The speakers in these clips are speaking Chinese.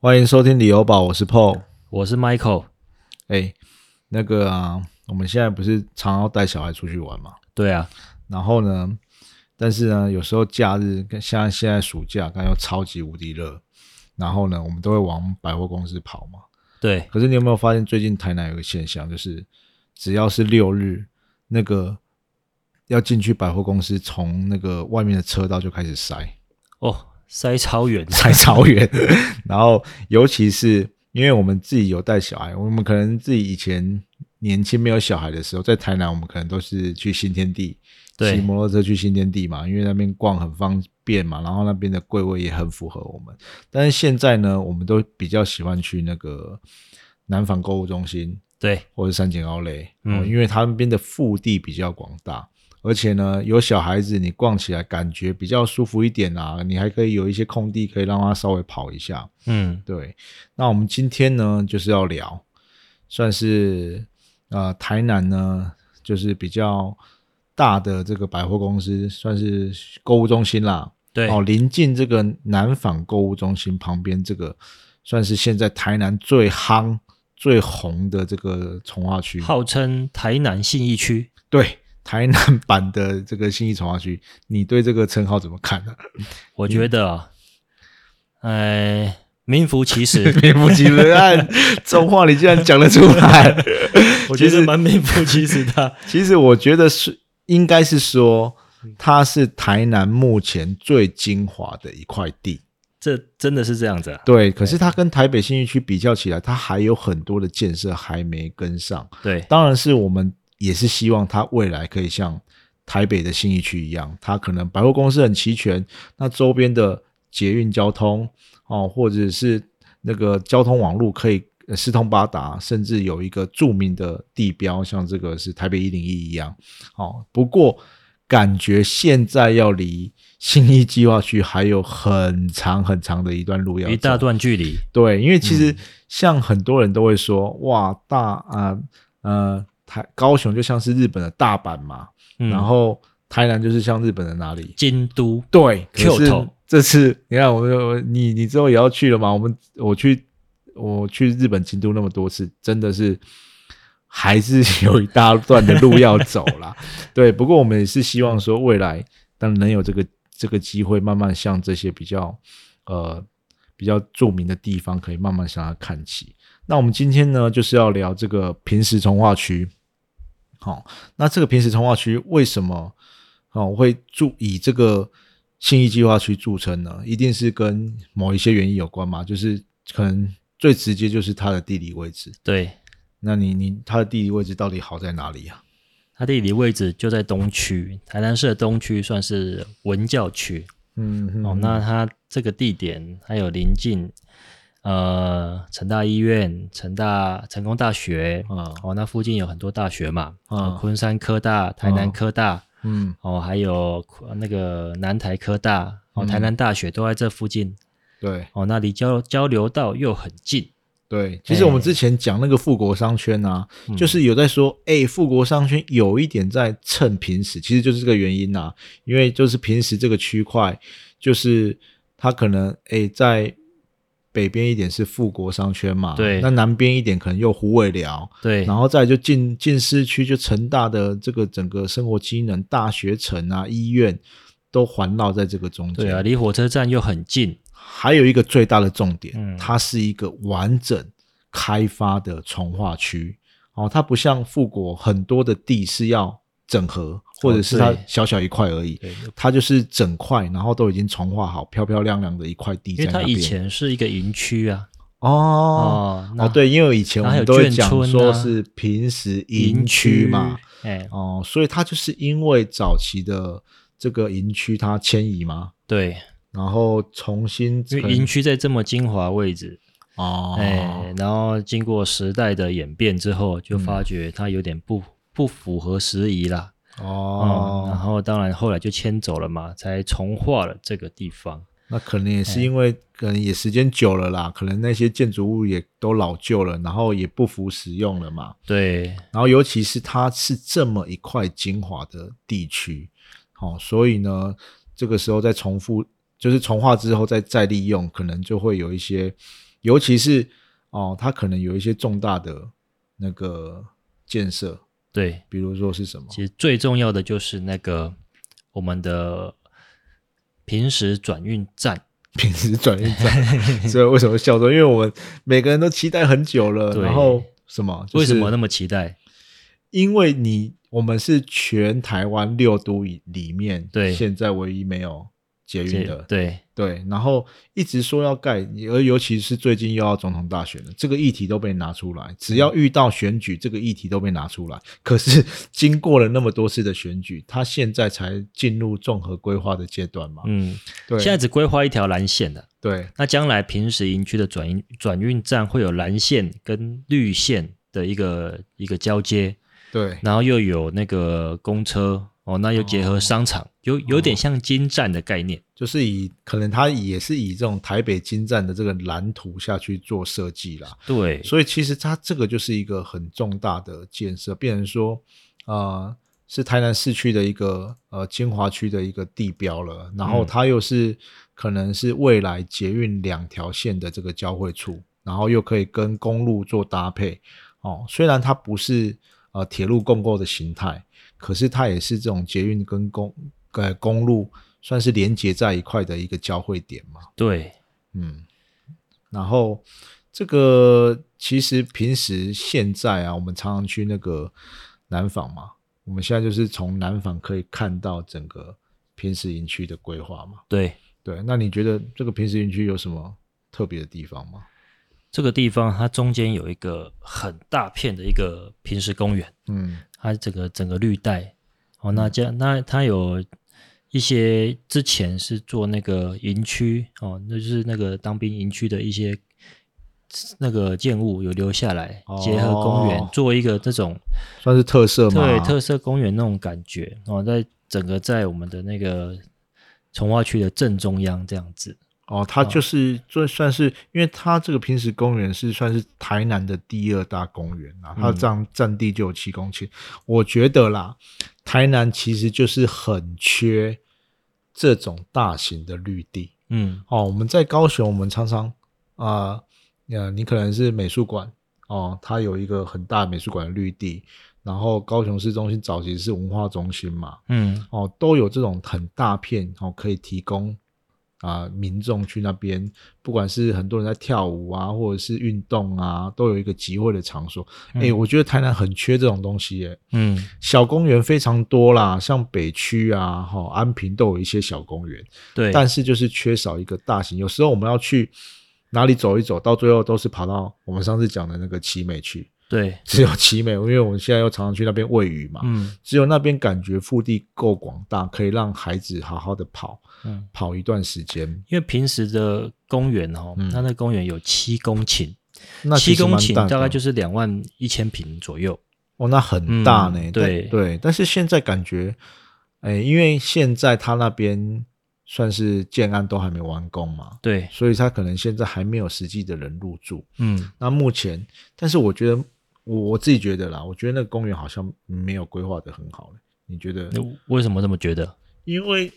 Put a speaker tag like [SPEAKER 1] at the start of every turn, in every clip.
[SPEAKER 1] 欢迎收听旅游宝，我是 Paul。
[SPEAKER 2] 我是 Michael。
[SPEAKER 1] 哎，那个啊，我们现在不是常要带小孩出去玩嘛？
[SPEAKER 2] 对啊，
[SPEAKER 1] 然后呢，但是呢，有时候假日跟像现在暑假，刚又超级无敌热，然后呢，我们都会往百货公司跑嘛。
[SPEAKER 2] 对，
[SPEAKER 1] 可是你有没有发现，最近台南有个现象，就是只要是六日，那个要进去百货公司，从那个外面的车道就开始塞。
[SPEAKER 2] 哦，塞超远，
[SPEAKER 1] 太超远。 然后，尤其是因为我们自己有带小孩，我们可能自己以前年轻没有小孩的时候，在台南，我们可能都是去新天地，
[SPEAKER 2] 对
[SPEAKER 1] 骑摩托车去新天地嘛，因为那边逛很方便嘛，然后那边的柜位也很符合我们。但是现在呢，我们都比较喜欢去那个南纺购物中心
[SPEAKER 2] 对，
[SPEAKER 1] 或者三井奥莱，
[SPEAKER 2] 嗯
[SPEAKER 1] 嗯，因为他那边的腹地比较广大。而且呢，有小孩子，你逛起来感觉比较舒服一点啊。你还可以有一些空地，可以让他稍微跑一下。
[SPEAKER 2] 嗯，
[SPEAKER 1] 对，那我们今天呢，就是要聊，算是呃台南呢，就是比较大的这个百货公司，算是购物中心啦。
[SPEAKER 2] 对，
[SPEAKER 1] 哦，临近这个南纺购物中心旁边，这个算是现在台南最夯、最红的这个从化区。
[SPEAKER 2] 号称台南信义区。
[SPEAKER 1] 对，台南版的这个信义从化区，你对这个称号怎么看呢、，
[SPEAKER 2] 我觉得啊，呃，名副其实
[SPEAKER 1] 名不其实，按这种话你竟然讲得出来。
[SPEAKER 2] 我
[SPEAKER 1] 其
[SPEAKER 2] 觉
[SPEAKER 1] 实
[SPEAKER 2] 得蛮名副其实的。啊
[SPEAKER 1] 其实我觉得是应该是说，
[SPEAKER 2] 嗯
[SPEAKER 1] 它是台南目前最精华的一块地。
[SPEAKER 2] 这真的是这样子啊？
[SPEAKER 1] 对，可是它跟台北新义区比较起来，它还有很多的建设还没跟上。
[SPEAKER 2] 对，
[SPEAKER 1] 当然是我们也是希望它未来可以像台北的信义区一样，它可能百货公司很齐全，那周边的捷运交通哦，或者是那个交通网络可以呃四通八达，甚至有一个著名的地标，像这个是台北一零一一样哦。不过感觉现在要离信义计划区还有很长很长的一段路要
[SPEAKER 2] 一
[SPEAKER 1] 走
[SPEAKER 2] 大段距离。
[SPEAKER 1] 对，因为其实像很多人都会说，哇，大啊呃台高雄就像是日本的大阪嘛，
[SPEAKER 2] 嗯，
[SPEAKER 1] 然后台南就是像日本的哪里？
[SPEAKER 2] 京都，
[SPEAKER 1] 对，可是
[SPEAKER 2] Kyoto
[SPEAKER 1] 这次你看我们，我你你之后也要去了嘛？我们我去我去日本京都那么多次，真的是还是有一大段的路要走啦。对，不过我们也是希望说未来，当然能有这个这个机会，慢慢向这些比较呃比较著名的地方，可以慢慢向它看齐。那我们今天呢，就是要聊这个平时从化区。好、那这个平时从化区为什么哦我会注以这个信义计划区著称呢？一定是跟某一些原因有关嘛，就是可能最直接就是它的地理位置。
[SPEAKER 2] 对，
[SPEAKER 1] 那你你它的地理位置到底好在哪里啊？
[SPEAKER 2] 它地理位置就在东区，台南市的东区算是文教区。
[SPEAKER 1] 嗯，
[SPEAKER 2] 哦，那它这个地点还有临近呃成大医院、成大成功大学，
[SPEAKER 1] 啊
[SPEAKER 2] 哦，那附近有很多大学嘛，
[SPEAKER 1] 啊
[SPEAKER 2] 哦昆山科大、台南科大，
[SPEAKER 1] 嗯
[SPEAKER 2] 哦，还有呃那个南台科大，哦，
[SPEAKER 1] 嗯
[SPEAKER 2] 台南大学都在这附近，
[SPEAKER 1] 对
[SPEAKER 2] 哦，那离交交流道又很近，
[SPEAKER 1] 对，其实我们之前讲那个富国商圈啊，
[SPEAKER 2] 嗯
[SPEAKER 1] 就是有在说，哎、富国商圈有一点在蹭平时，其实就是这个原因呐、啊，因为就是平时这个区块，就是它可能哎、在北边一点是富国商圈嘛，
[SPEAKER 2] 对
[SPEAKER 1] 那南边一点可能又胡尾寮，
[SPEAKER 2] 对，
[SPEAKER 1] 然后再就进进市区，就成大的这个整个生活机能、大学城啊、医院都环绕在这个中间，
[SPEAKER 2] 对啊，离火车站又很近，
[SPEAKER 1] 还有一个最大的重点，
[SPEAKER 2] 嗯
[SPEAKER 1] 它是一个完整开发的从化区哦，它不像富国很多的地是要整合，或者是它
[SPEAKER 2] 哦对
[SPEAKER 1] 小小一块而已，
[SPEAKER 2] 对，
[SPEAKER 1] 它就是整块，然后都已经从化好，漂漂亮亮的一块地
[SPEAKER 2] 因为
[SPEAKER 1] 在
[SPEAKER 2] 它
[SPEAKER 1] 那
[SPEAKER 2] 以
[SPEAKER 1] 边。
[SPEAKER 2] 前是一个营区啊，
[SPEAKER 1] 哦
[SPEAKER 2] 哦，那
[SPEAKER 1] 哦，对，因为以前我们都会讲
[SPEAKER 2] 然后还有眷村
[SPEAKER 1] 说
[SPEAKER 2] 啊
[SPEAKER 1] 是平时营区嘛，，
[SPEAKER 2] 哎，
[SPEAKER 1] 哦，所以它就是因为早期的这个营区它迁移嘛，
[SPEAKER 2] 对，
[SPEAKER 1] 然后重新
[SPEAKER 2] 因
[SPEAKER 1] 可
[SPEAKER 2] 为
[SPEAKER 1] 能
[SPEAKER 2] 营区在这么精华位置，
[SPEAKER 1] 哦，
[SPEAKER 2] 哎，然后经过时代的演变之后，
[SPEAKER 1] 嗯
[SPEAKER 2] 就发觉它有点不、不符合时宜啦。
[SPEAKER 1] 哦
[SPEAKER 2] 嗯，然后当然后来就迁走了嘛，才重化了这个地方。
[SPEAKER 1] 那可能也是因为，可能也时间久了啦，可能那些建筑物也都老旧了，然后也不服使用了嘛。
[SPEAKER 2] 对，
[SPEAKER 1] 然后尤其是它是这么一块精华的地区，好、所以呢，这个时候再重复，就是重化之后再再利用，可能就会有一些尤其是哦，它可能有一些重大的那个建设，
[SPEAKER 2] 对，
[SPEAKER 1] 比如说是什么？
[SPEAKER 2] 其实最重要的就是那个我们的平时转运站，
[SPEAKER 1] 平时转运 站，所以为什么笑说？因为我们每个人都期待很久了，
[SPEAKER 2] 对
[SPEAKER 1] 然后什么？就是
[SPEAKER 2] 为什么那么期待？
[SPEAKER 1] 因为你我们是全台湾六都以里面，
[SPEAKER 2] 对
[SPEAKER 1] 现在唯一没有捷运的，
[SPEAKER 2] 对
[SPEAKER 1] 对，然后一直说要盖，而尤其是最近又要总统大选了，这个议题都被拿出
[SPEAKER 2] 嗯
[SPEAKER 1] 来，只要遇到选举，这个议题都被拿出来。可是经过了那么多次的选举，它现在才进入综合规划的阶段嘛？
[SPEAKER 2] 嗯，
[SPEAKER 1] 对，
[SPEAKER 2] 现在只规划一条蓝线的，
[SPEAKER 1] 对
[SPEAKER 2] 那将来平时营区的转运转运站会有蓝线跟绿线的一个一个交接，
[SPEAKER 1] 对
[SPEAKER 2] 然后又有那个公车哦，那又结合商场，有有点像金站的概念。
[SPEAKER 1] 就是以可能它也是以这种台北金站的这个蓝图下去做设计啦。
[SPEAKER 2] 对，
[SPEAKER 1] 所以其实它这个就是一个很重大的建设，变成说，呃，是台南市区的一个呃金华区的一个地标了，然后
[SPEAKER 2] 嗯
[SPEAKER 1] 它又是、可能是未来捷运两条线的这个交汇处，然后又可以跟公路做搭配哦。虽然它不是呃铁路共构的形态，可是它也是这种捷运跟公呃公路算是连接在一块的一个交汇点嘛。
[SPEAKER 2] 对，
[SPEAKER 1] 嗯，然后这个其实平时现在啊，我们常常去那个南纺嘛，我们现在就是从南纺可以看到整个平时营区的规划嘛。
[SPEAKER 2] 对，
[SPEAKER 1] 对，那你觉得这个平时营区有什么特别的地方吗？
[SPEAKER 2] 这个地方它中间有一个很大片的一个平时公园，
[SPEAKER 1] 嗯，
[SPEAKER 2] 它整个整个绿带哦，那这样那它有一些之前是做那个营区哦，那就是那个当兵营区的一些那个建物有留下来，
[SPEAKER 1] 哦
[SPEAKER 2] 结合公园做一个这种
[SPEAKER 1] 算是特色嘛。
[SPEAKER 2] 对特色公园那种感觉哦，在整个在我们的那个从化区的正中央这样子，
[SPEAKER 1] 哦，它就是这算是，因为它这个平时公园是算是台南的第二大公园啊，它这样占地就有七公顷。我觉得啦，台南其实就是很缺这种大型的绿地
[SPEAKER 2] 嗯，
[SPEAKER 1] 哦。我们在高雄，我们常常啊，呃呃，你可能是美术馆哦，它有一个很大美术馆的绿地，然后高雄市中心早期是文化中心嘛，
[SPEAKER 2] 嗯，
[SPEAKER 1] 哦，都有这种很大片哦，可以提供啊、民众去那边，不管是很多人在跳舞啊，或者是运动啊，都有一个集会的场所。哎、我觉得台南很缺这种东西耶，
[SPEAKER 2] 嗯，
[SPEAKER 1] 小公园非常多啦，像北区啊、哈、安平都有一些小公园，
[SPEAKER 2] 对，
[SPEAKER 1] 但是就是缺少一个大型。有时候我们要去哪里走一走，到最后都是跑到我们上次讲的那个奇美去，
[SPEAKER 2] 对，
[SPEAKER 1] 只有奇美，因为我们现在又常常去那边喂鱼嘛，
[SPEAKER 2] 嗯
[SPEAKER 1] 只有那边感觉腹地够广大，可以让孩子好好的跑
[SPEAKER 2] 嗯。
[SPEAKER 1] 跑一段时间。
[SPEAKER 2] 因为平时的公园哦，
[SPEAKER 1] 嗯
[SPEAKER 2] 它那公园有七公顷，
[SPEAKER 1] 那其
[SPEAKER 2] 七
[SPEAKER 1] 实
[SPEAKER 2] 公
[SPEAKER 1] 蛮
[SPEAKER 2] 顷
[SPEAKER 1] 大的
[SPEAKER 2] 大概就是两万一千平左右。
[SPEAKER 1] 哦，那很大呢。
[SPEAKER 2] 嗯
[SPEAKER 1] 但
[SPEAKER 2] 对
[SPEAKER 1] 对，但是现在感觉，哎，因为现在他那边算是建案都还没完工嘛，
[SPEAKER 2] 对，
[SPEAKER 1] 所以他可能现在还没有实际的人入住。
[SPEAKER 2] 嗯，
[SPEAKER 1] 那目前，但是我觉得我我自己觉得啦，我觉得那个公园好像没有规划的很好嘞。你觉得？
[SPEAKER 2] 那为什么这么觉得？
[SPEAKER 1] 因为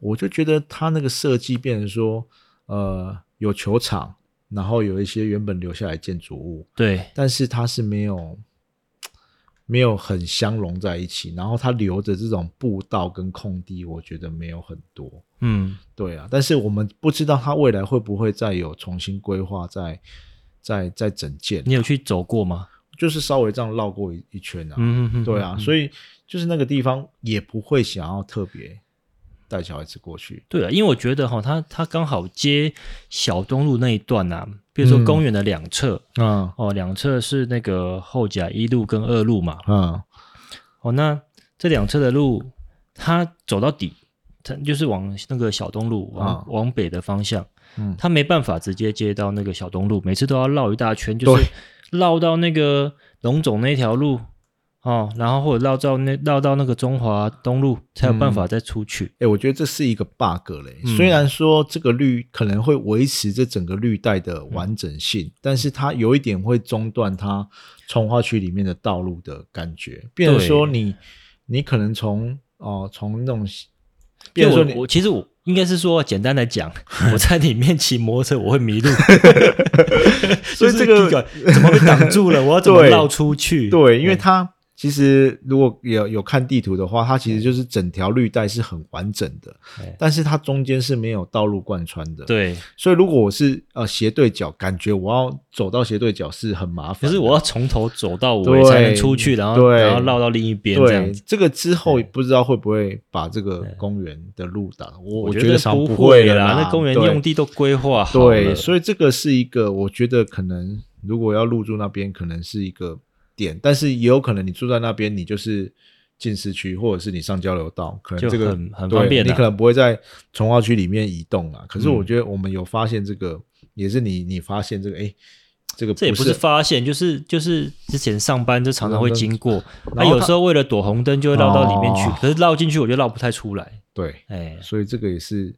[SPEAKER 1] 我就觉得它那个设计变成说，呃，有球场，然后有一些原本留下来建筑物，
[SPEAKER 2] 对，
[SPEAKER 1] 但是它是没有没有很相融在一起，然后它留着这种步道跟空地，我觉得没有很多。
[SPEAKER 2] 嗯，
[SPEAKER 1] 对啊，但是我们不知道它未来会不会再有重新规划，再再再整建，
[SPEAKER 2] 你有去走过吗？
[SPEAKER 1] 就是稍微这样绕过一一圈啊。
[SPEAKER 2] 嗯嗯嗯，
[SPEAKER 1] 对啊，所以就是那个地方也不会想要特别带小孩子过去。
[SPEAKER 2] 对啊，因为我觉得哈、它它刚好接小东路那一段啊，比如说
[SPEAKER 1] 嗯
[SPEAKER 2] 公园的两侧、
[SPEAKER 1] 嗯
[SPEAKER 2] 哦，两侧是那个后甲一路跟二路嘛，
[SPEAKER 1] 嗯
[SPEAKER 2] 哦，那这两侧的路，它走到底，它就是往那个小东路往、
[SPEAKER 1] 啊
[SPEAKER 2] 往北的方向，
[SPEAKER 1] 嗯
[SPEAKER 2] 它没办法直接接到那个小东路，每次都要绕一大圈，就是绕到那个龙总那条路哦，然后或者绕到那绕到那个中华东路，才有
[SPEAKER 1] 嗯
[SPEAKER 2] 办法再出去。
[SPEAKER 1] 哎、我觉得这是一个 bug 嘞、
[SPEAKER 2] 嗯
[SPEAKER 1] 虽然说这个绿可能会维持这整个绿带
[SPEAKER 2] 嗯
[SPEAKER 1] 的完整性，但是它有一点会中断它从化区里面的道路的感觉，变成说你你可能从哦从那种，变
[SPEAKER 2] 就
[SPEAKER 1] 成说
[SPEAKER 2] 我
[SPEAKER 1] 你
[SPEAKER 2] 我其实我应该是说，简单 的讲，我在里面骑摩托车我会迷路，
[SPEAKER 1] 所以这个
[SPEAKER 2] 就是第一怎么被挡住了？我要怎么
[SPEAKER 1] 对
[SPEAKER 2] 绕出去？
[SPEAKER 1] 对，因为它其实如果有有看地图的话，它其实就是整条绿带是很完整的
[SPEAKER 2] 对，
[SPEAKER 1] 但是它中间是没有道路贯穿的。，
[SPEAKER 2] 对，
[SPEAKER 1] 所以如果我是呃斜对角，感觉我要走到斜对角是很麻烦的。
[SPEAKER 2] 可是我要从头走到尾
[SPEAKER 1] 对
[SPEAKER 2] 才能出去，然后
[SPEAKER 1] 对
[SPEAKER 2] 然后绕到另一边这
[SPEAKER 1] 对
[SPEAKER 2] 样子。
[SPEAKER 1] 这个之后不知道会不会把这个公园的路打，我
[SPEAKER 2] 觉
[SPEAKER 1] 觉得常
[SPEAKER 2] 不
[SPEAKER 1] 会了
[SPEAKER 2] 啦，那公园
[SPEAKER 1] 对
[SPEAKER 2] 用地都规划好了。
[SPEAKER 1] 对，所以这个是一个，我觉得可能如果要入住那边，可能是一个点，但是也有可能你住在那边，你就是进市区，或者是你上交流道，可
[SPEAKER 2] 就
[SPEAKER 1] 能这个
[SPEAKER 2] 很很
[SPEAKER 1] 对
[SPEAKER 2] 方便啊
[SPEAKER 1] 你可能不会在从化区里面移动啊。可是我觉得我们有发现这个，也是你你发现这个，哎，这个
[SPEAKER 2] 这也不
[SPEAKER 1] 不嗯
[SPEAKER 2] 是发现，就是就是之前上班就常常会经过，那
[SPEAKER 1] 然后
[SPEAKER 2] 有
[SPEAKER 1] 它
[SPEAKER 2] 时候为了躲红灯就会绕到里面去
[SPEAKER 1] 哦，
[SPEAKER 2] 可是绕进去我就绕不太出来。
[SPEAKER 1] 对，
[SPEAKER 2] 哎，
[SPEAKER 1] 所以这个也是。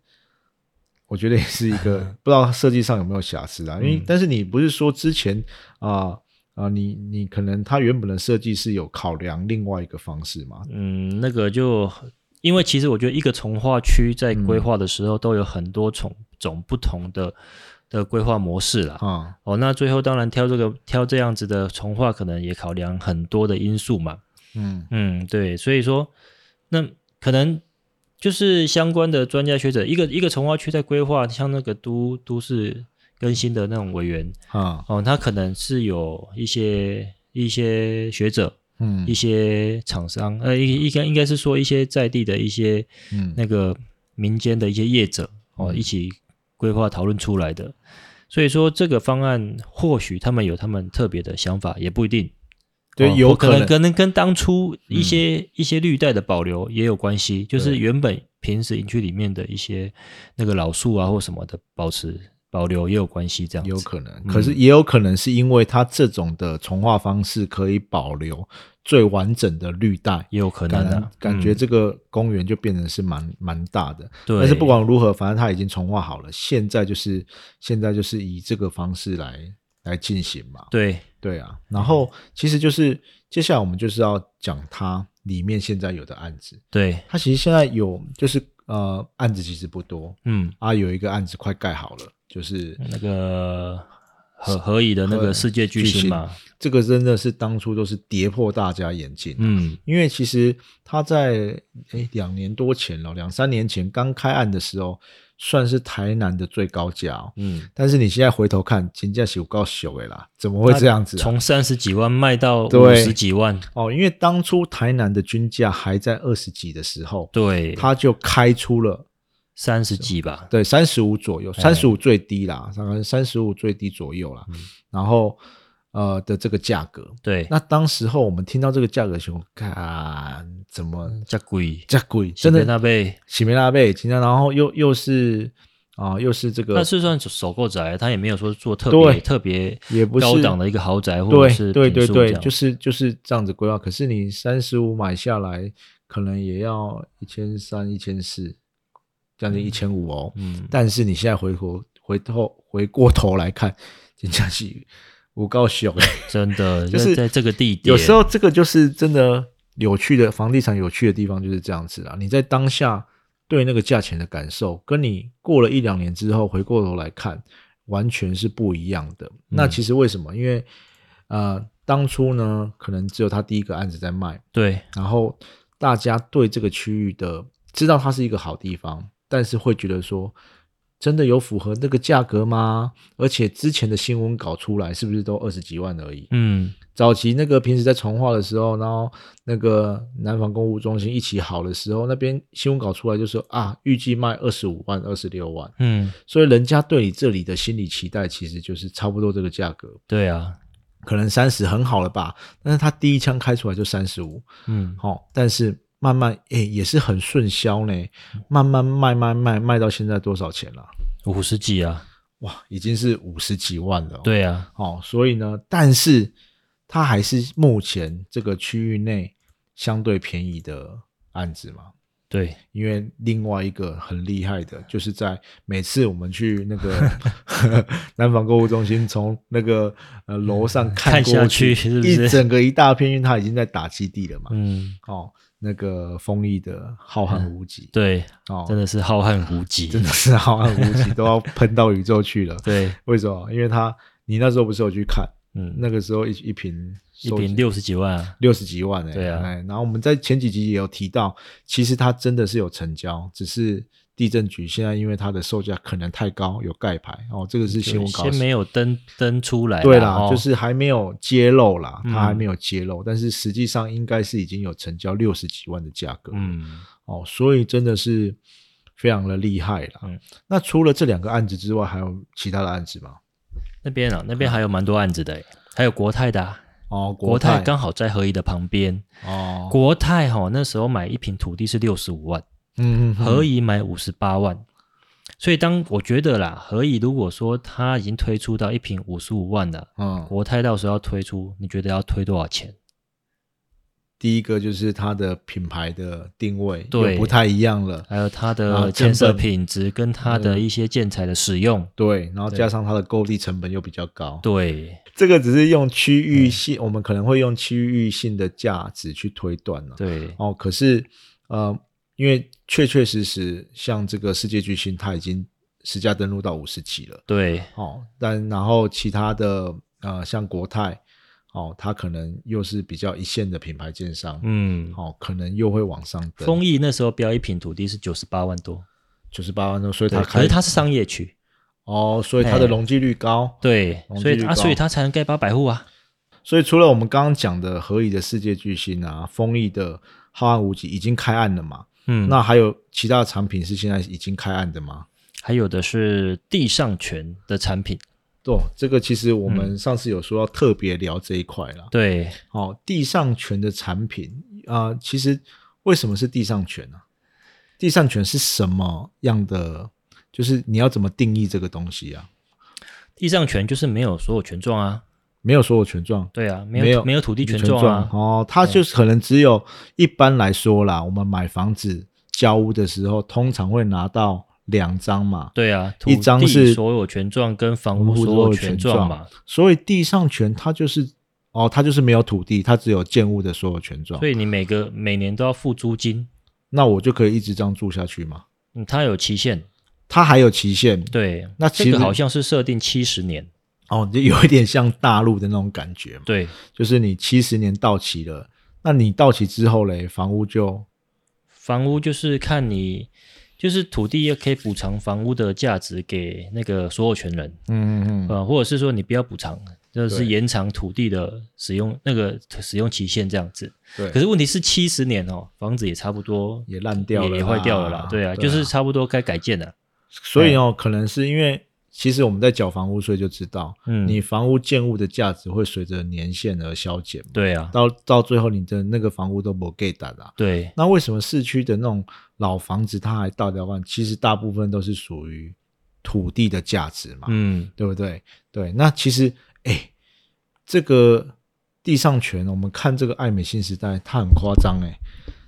[SPEAKER 1] 我觉得也是一个不知道它设计上有没有瑕疵啊，因为、
[SPEAKER 2] 嗯
[SPEAKER 1] 但是你不是说之前啊啊、你你可能它原本的设计是有考量另外一个方式嘛，
[SPEAKER 2] 嗯，那个就因为其实我觉得一个从化区在规划的时候都有很多种种不同的的规划模式啦。
[SPEAKER 1] 啊、
[SPEAKER 2] 哦，那最后当然挑这个挑这样子的从化，可能也考量很多的因素嘛。
[SPEAKER 1] 嗯，
[SPEAKER 2] 嗯，对，所以说，那可能就是相关的专家学者，一个一个从化区在规划，像那个都都市更新的那种委员，
[SPEAKER 1] 啊，
[SPEAKER 2] 哦，他可能是有一些一些学者、
[SPEAKER 1] 嗯
[SPEAKER 2] 一些厂商，呃，应应该应该是说一些在地的一些
[SPEAKER 1] 嗯，
[SPEAKER 2] 那个民间的一些业者哦，一起规划讨论出来的。所以说这个方案，或许他们有他们特别的想法，也不一定。
[SPEAKER 1] 对
[SPEAKER 2] 哦
[SPEAKER 1] 有
[SPEAKER 2] 可
[SPEAKER 1] 可能嗯
[SPEAKER 2] 可能跟当初一些、一些绿带的保留也有关系，就是
[SPEAKER 1] 对
[SPEAKER 2] 原本平时营区里面的一些那个老树啊或什么的保持保留也有关系，这样
[SPEAKER 1] 有
[SPEAKER 2] 子。
[SPEAKER 1] 可能，可是也有可能是因为它这种的重化方式可以保留最完整的绿带。
[SPEAKER 2] 也有可能
[SPEAKER 1] 感
[SPEAKER 2] 的、啊
[SPEAKER 1] 觉，感觉
[SPEAKER 2] 嗯、
[SPEAKER 1] 这个公园就变成是蛮蛮大的，
[SPEAKER 2] 对，
[SPEAKER 1] 但是不管如何，反正它已经重化好了，现在就是现在就是以这个方式来来进行嘛，
[SPEAKER 2] 对
[SPEAKER 1] 对啊，然
[SPEAKER 2] 嗯
[SPEAKER 1] 后其实就是接下来我们就是要讲它里面现在有的案子，
[SPEAKER 2] 对，
[SPEAKER 1] 它其实现在有就是呃案子其实不多
[SPEAKER 2] 嗯，
[SPEAKER 1] 啊，有一个案子快盖好了，就是
[SPEAKER 2] 那个何何以的那个世界巨星嘛，
[SPEAKER 1] 这个真的是当初都是跌破大家眼镜，
[SPEAKER 2] 嗯，
[SPEAKER 1] 因为其实他在诶两年多前了，两三年前刚开案的时候，算是台南的最高价、哦。
[SPEAKER 2] 嗯，
[SPEAKER 1] 但是你现在回头看，金价是有够朽的啦，怎么会这样子啊、
[SPEAKER 2] 从三十几万卖到五
[SPEAKER 1] 对
[SPEAKER 2] 十几万，
[SPEAKER 1] 哦，因为当初台南的均价还在二十几的时候，
[SPEAKER 2] 对，
[SPEAKER 1] 他就开出了
[SPEAKER 2] 三十几吧，
[SPEAKER 1] 对三十五左右，
[SPEAKER 2] 哎
[SPEAKER 1] 三十五最低啦，大概三十五最低左右
[SPEAKER 2] 嗯
[SPEAKER 1] 啦。然后呃的这个价格，
[SPEAKER 2] 对，
[SPEAKER 1] 那当时候我们听到这个价格的时候，看怎么
[SPEAKER 2] 加贵，
[SPEAKER 1] 价贵，真的
[SPEAKER 2] 嗯那被
[SPEAKER 1] 喜梅拉贝今天，然后又又是啊、又是这
[SPEAKER 2] 那
[SPEAKER 1] 个，
[SPEAKER 2] 是算首购宅，他也没有说做特别
[SPEAKER 1] 对
[SPEAKER 2] 特别
[SPEAKER 1] 也不是
[SPEAKER 2] 高档的一个豪宅或者
[SPEAKER 1] 对
[SPEAKER 2] 是
[SPEAKER 1] 对
[SPEAKER 2] 平
[SPEAKER 1] 对
[SPEAKER 2] 数
[SPEAKER 1] 对，
[SPEAKER 2] 这样
[SPEAKER 1] 就是就是这样子规划。可是你三十五买下来，可能也要一千三、一千四，将近一千五哦。
[SPEAKER 2] 嗯，
[SPEAKER 1] 但是你现在回头回头回过头来看， 真的是五高熊欸。
[SPEAKER 2] 真的
[SPEAKER 1] 就是
[SPEAKER 2] 在在这个地点，
[SPEAKER 1] 有时候这个就是真的有趣的房地产有趣的地方就是这样子啊，你在当下对那个价钱的感受，跟你过了一两年之后回过头来看，完全是不一样的。那其实为什么？因为呃，当初呢，可能只有他第一个案子在卖，
[SPEAKER 2] 对
[SPEAKER 1] 然后大家对这个区域的知道它是一个好地方，但是会觉得说，真的有符合那个价格吗？而且之前的新闻搞出来，是不是都二十几万而已？
[SPEAKER 2] 嗯
[SPEAKER 1] 早期那个平时在重化的时候，然后那个南方购物中心一起好的时候，那边新闻稿出来就说啊，预计卖二十五万、二十六万，
[SPEAKER 2] 嗯，
[SPEAKER 1] 所以人家对你这里的心理期待其实就是差不多这个价格，
[SPEAKER 2] 对啊，
[SPEAKER 1] 可能三十很好了吧，但是他第一枪开出来就三十五，
[SPEAKER 2] 嗯
[SPEAKER 1] 哦，但是慢慢诶、也是很顺销呢，慢慢卖卖卖卖到现在多少钱了？
[SPEAKER 2] 五十几啊，
[SPEAKER 1] 哇，已经是五十几万了、哦。
[SPEAKER 2] 对啊，
[SPEAKER 1] 哦，所以呢，但是它还是目前这个区域内相对便宜的案子嘛。
[SPEAKER 2] 对，
[SPEAKER 1] 因为另外一个很厉害的，就是在每次我们去那 个 南方购物中心，从那个呃楼上看
[SPEAKER 2] 嗯看
[SPEAKER 1] 过
[SPEAKER 2] 下
[SPEAKER 1] 去，
[SPEAKER 2] 去是不是
[SPEAKER 1] 一整个一大片，因为它已经在打基地了嘛。
[SPEAKER 2] 嗯，
[SPEAKER 1] 哦，那个丰益的浩瀚无极，
[SPEAKER 2] 对，
[SPEAKER 1] 哦，
[SPEAKER 2] 真的是浩瀚无极，
[SPEAKER 1] 真的是浩瀚无极，都要喷到宇宙去了。
[SPEAKER 2] 对，
[SPEAKER 1] 为什么？因为它你那时候不是有去看？
[SPEAKER 2] 嗯，
[SPEAKER 1] 那个时候一一瓶
[SPEAKER 2] 一
[SPEAKER 1] 收
[SPEAKER 2] 瓶六十几万啊，
[SPEAKER 1] 六十几万哎、
[SPEAKER 2] 对啊
[SPEAKER 1] 哎，然后我们在前几集也有提到，其实它真的是有成交，只是地震局现在因为它的售价可能太高，有盖牌哦，这个是新闻稿
[SPEAKER 2] 先。没有登登出来啦，
[SPEAKER 1] 对啦，
[SPEAKER 2] 哦
[SPEAKER 1] 就是还没有揭露啦，
[SPEAKER 2] 嗯
[SPEAKER 1] 它还没有揭露，但是实际上应该是已经有成交六十几万的价格，，
[SPEAKER 2] 嗯，
[SPEAKER 1] 哦，所以真的是非常的厉害啦。
[SPEAKER 2] 嗯
[SPEAKER 1] 那除了这两个案子之外，还有其他的案子吗？
[SPEAKER 2] 那边啊，那边还有蛮多案子的欸，还有国泰的啊，
[SPEAKER 1] 哦，国
[SPEAKER 2] 国泰
[SPEAKER 1] 泰
[SPEAKER 2] 刚好在合一的旁边，
[SPEAKER 1] 哦，
[SPEAKER 2] 国泰哈那时候买一平土地是六十五万，
[SPEAKER 1] 嗯嗯，嗯
[SPEAKER 2] 合宜买五十八万，所以当我觉得啦，合宜如果说它已经推出到一平五十五万了，
[SPEAKER 1] 嗯，
[SPEAKER 2] 国泰到时候要推出，你觉得要推多少钱？
[SPEAKER 1] 第一个就是它的品牌的定位
[SPEAKER 2] 对哎
[SPEAKER 1] 又不太一样了，
[SPEAKER 2] 还有它
[SPEAKER 1] 啊
[SPEAKER 2] 的
[SPEAKER 1] 成
[SPEAKER 2] 建设
[SPEAKER 1] 本嗯
[SPEAKER 2] 品质跟它的一些建材的使用，
[SPEAKER 1] 对，然后加上它的购地成本又比较高，
[SPEAKER 2] 对
[SPEAKER 1] 这个只是用区域性，我们可能会用区域性的价值去推断了、
[SPEAKER 2] 对，
[SPEAKER 1] 哦，可是呃，因为确确实实像这个世界巨星，它已经实价登录到五十起了，
[SPEAKER 2] 对，
[SPEAKER 1] 哦，但然后其他的呃，像国泰，哦，它可能又是比较一线的品牌建商，
[SPEAKER 2] 嗯，
[SPEAKER 1] 哦，可能又会往上登，
[SPEAKER 2] 丰益那时候标一平土地是九十八万多，
[SPEAKER 1] 九十八万多，所以
[SPEAKER 2] 对，
[SPEAKER 1] 它
[SPEAKER 2] 可
[SPEAKER 1] 开
[SPEAKER 2] 是它是商业区，
[SPEAKER 1] 哦，所以它的
[SPEAKER 2] 哎
[SPEAKER 1] 容积率高。
[SPEAKER 2] 对
[SPEAKER 1] 容，积
[SPEAKER 2] 所
[SPEAKER 1] 率
[SPEAKER 2] 以啊，
[SPEAKER 1] 高
[SPEAKER 2] 所以它才能盖八百户啊，
[SPEAKER 1] 所以除了我们刚刚讲的合理的世界巨星啊，丰益的浩瀚无极已经开案了嘛？
[SPEAKER 2] 嗯，
[SPEAKER 1] 那还有其他的产品是现在已经开案的吗？
[SPEAKER 2] 还有的是地上权的产品，
[SPEAKER 1] 对、这个其实我们上次有说要特别聊这一块啦。
[SPEAKER 2] 对，
[SPEAKER 1] 哦，地上权的产品啊、呃其实为什么是地上权呢、啊地上权是什么样的？就是你要怎么定义这个东西啊？
[SPEAKER 2] 地上权就是没有所有权状啊，
[SPEAKER 1] 没有所有权状，
[SPEAKER 2] 对啊，没
[SPEAKER 1] 没
[SPEAKER 2] 有
[SPEAKER 1] 有
[SPEAKER 2] 没有土地权状啊，
[SPEAKER 1] 哦，它就是可能只有一般来说啦，我们买房子交屋的时候，通常会拿到两张嘛，
[SPEAKER 2] 对啊，
[SPEAKER 1] 一
[SPEAKER 2] 土
[SPEAKER 1] 张
[SPEAKER 2] 地
[SPEAKER 1] 是
[SPEAKER 2] 所有权状跟房
[SPEAKER 1] 房
[SPEAKER 2] 屋
[SPEAKER 1] 屋
[SPEAKER 2] 所
[SPEAKER 1] 所有
[SPEAKER 2] 有
[SPEAKER 1] 权
[SPEAKER 2] 权
[SPEAKER 1] 状
[SPEAKER 2] 状嘛，
[SPEAKER 1] 所以地上权它就是哦，它就是没有土地，它只有建物的所有权状
[SPEAKER 2] 所。以你每个每年都要付租金，
[SPEAKER 1] 那我就可以一直这样住下去吗？
[SPEAKER 2] 嗯，它有期限，
[SPEAKER 1] 它还有期限
[SPEAKER 2] 对，
[SPEAKER 1] 那其
[SPEAKER 2] 这
[SPEAKER 1] 实
[SPEAKER 2] 个好像是设定七十年，
[SPEAKER 1] 哦，就有一点像大陆的那种感觉嘛，
[SPEAKER 2] 对，
[SPEAKER 1] 就是你七十年到期了，那你到期之后嘞，房屋就
[SPEAKER 2] 房屋就是看你，就是土地也可以补偿房屋的价值给那个所有权人，
[SPEAKER 1] 嗯嗯嗯，
[SPEAKER 2] 呃，或者是说你不要补偿，就是
[SPEAKER 1] 对
[SPEAKER 2] 延长土地的使用那个使用期限这样子。
[SPEAKER 1] 对，
[SPEAKER 2] 可是问题是七十年哦，房子也差不多
[SPEAKER 1] 也烂掉了啦
[SPEAKER 2] 也也坏掉了啦，对
[SPEAKER 1] 对
[SPEAKER 2] 啊，
[SPEAKER 1] 啊
[SPEAKER 2] 就是差不多该改建了。
[SPEAKER 1] 所以哦，可能是因为其实我们在缴房屋税就知道，
[SPEAKER 2] 嗯，
[SPEAKER 1] 你房屋建物的价值会随着年限而消减嘛，
[SPEAKER 2] 对啊，
[SPEAKER 1] 到到最后你的那个房屋都没给打啦。
[SPEAKER 2] 对
[SPEAKER 1] 那为什么市区的那种老房子它还倒掉换？其实大部分都是属于土地的价值嘛，
[SPEAKER 2] 嗯，
[SPEAKER 1] 对不对？对，那其实哎，这个地上权，我们看这个爱美新时代，它很夸张哎，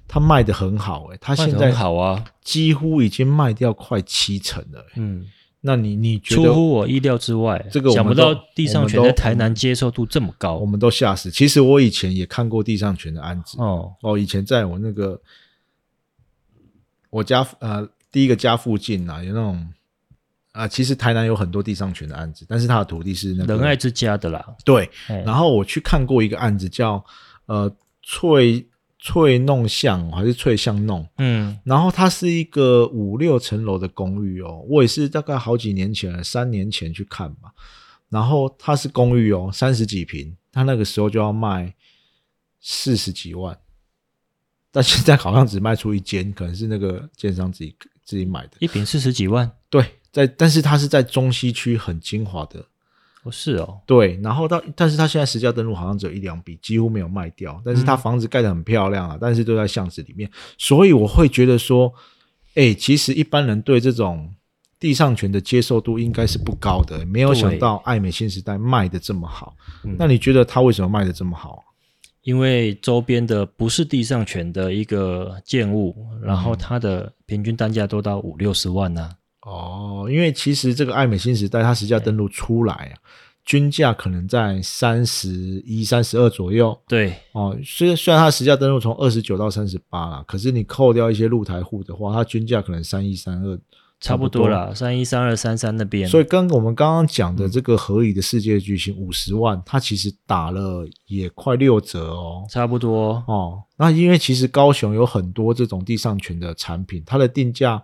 [SPEAKER 1] 它卖的很好哎，它
[SPEAKER 2] 卖
[SPEAKER 1] 现
[SPEAKER 2] 得
[SPEAKER 1] 在
[SPEAKER 2] 很好啊，
[SPEAKER 1] 几乎已经卖掉快七成了哎。
[SPEAKER 2] 嗯，
[SPEAKER 1] 那你你觉
[SPEAKER 2] 出
[SPEAKER 1] 得
[SPEAKER 2] 乎我意料之外，
[SPEAKER 1] 这个我们
[SPEAKER 2] 想不
[SPEAKER 1] 都
[SPEAKER 2] 到地上权
[SPEAKER 1] 我
[SPEAKER 2] 在
[SPEAKER 1] 们都
[SPEAKER 2] 台南接受度这么
[SPEAKER 1] 我
[SPEAKER 2] 高
[SPEAKER 1] 们都吓死？其实我以前也看过地上权的案子哦
[SPEAKER 2] 哦，
[SPEAKER 1] 以前在我那个我家呃第一个家附近啊，有那种啊、其实台南有很多地上权的案子，但是它的土地是那个
[SPEAKER 2] 仁爱之家的啦，
[SPEAKER 1] 对。
[SPEAKER 2] 哎
[SPEAKER 1] 然后我去看过一个案子叫呃翠翠弄巷还是翠巷弄，
[SPEAKER 2] 嗯，
[SPEAKER 1] 然后它是一个五六层楼的公寓哦，我也是大概好几年前了，三年前去看吧。然后它是公寓哦，三十几平，它那个时候就要卖四十几万，但现在好像只卖出一间，可能是那个建商自己自己买的。
[SPEAKER 2] 一平四十几万，
[SPEAKER 1] 对，在但是它是在中西区很精华的，
[SPEAKER 2] 哦是哦，
[SPEAKER 1] 对。然后到，但是它现在实价登录好像只有一两笔，几乎没有卖掉。但是它房子盖得很漂亮啊，但是都在巷子里面，所以我会觉得说，哎，其实一般人对这种地上权的接受度应该是不高的，没有想到爱美新时代卖的这么好。
[SPEAKER 2] 嗯
[SPEAKER 1] 那你觉得它为什么卖的这么好？
[SPEAKER 2] 因为周边的不是地上权的一个建物，然后
[SPEAKER 1] 嗯
[SPEAKER 2] 它的平均单价都到五六十万呐、啊
[SPEAKER 1] 哦，因为其实这个爱美新时代，它实价登录出来啊，均价可能在三十一、三十二左右
[SPEAKER 2] 对，
[SPEAKER 1] 哦。虽虽然它实价登录从二十九到三十八啦，可是你扣掉一些露台户的话，它均价可能三一、三二，
[SPEAKER 2] 差不
[SPEAKER 1] 不
[SPEAKER 2] 多
[SPEAKER 1] 多
[SPEAKER 2] 啦，三一、三二、三三那边。
[SPEAKER 1] 所以跟我们刚刚讲的这个合理的世界巨星五十万，它其实打了也快六折哦。
[SPEAKER 2] 差不多，
[SPEAKER 1] 哦，那因为其实高雄有很多这种地上权的产品，它的定价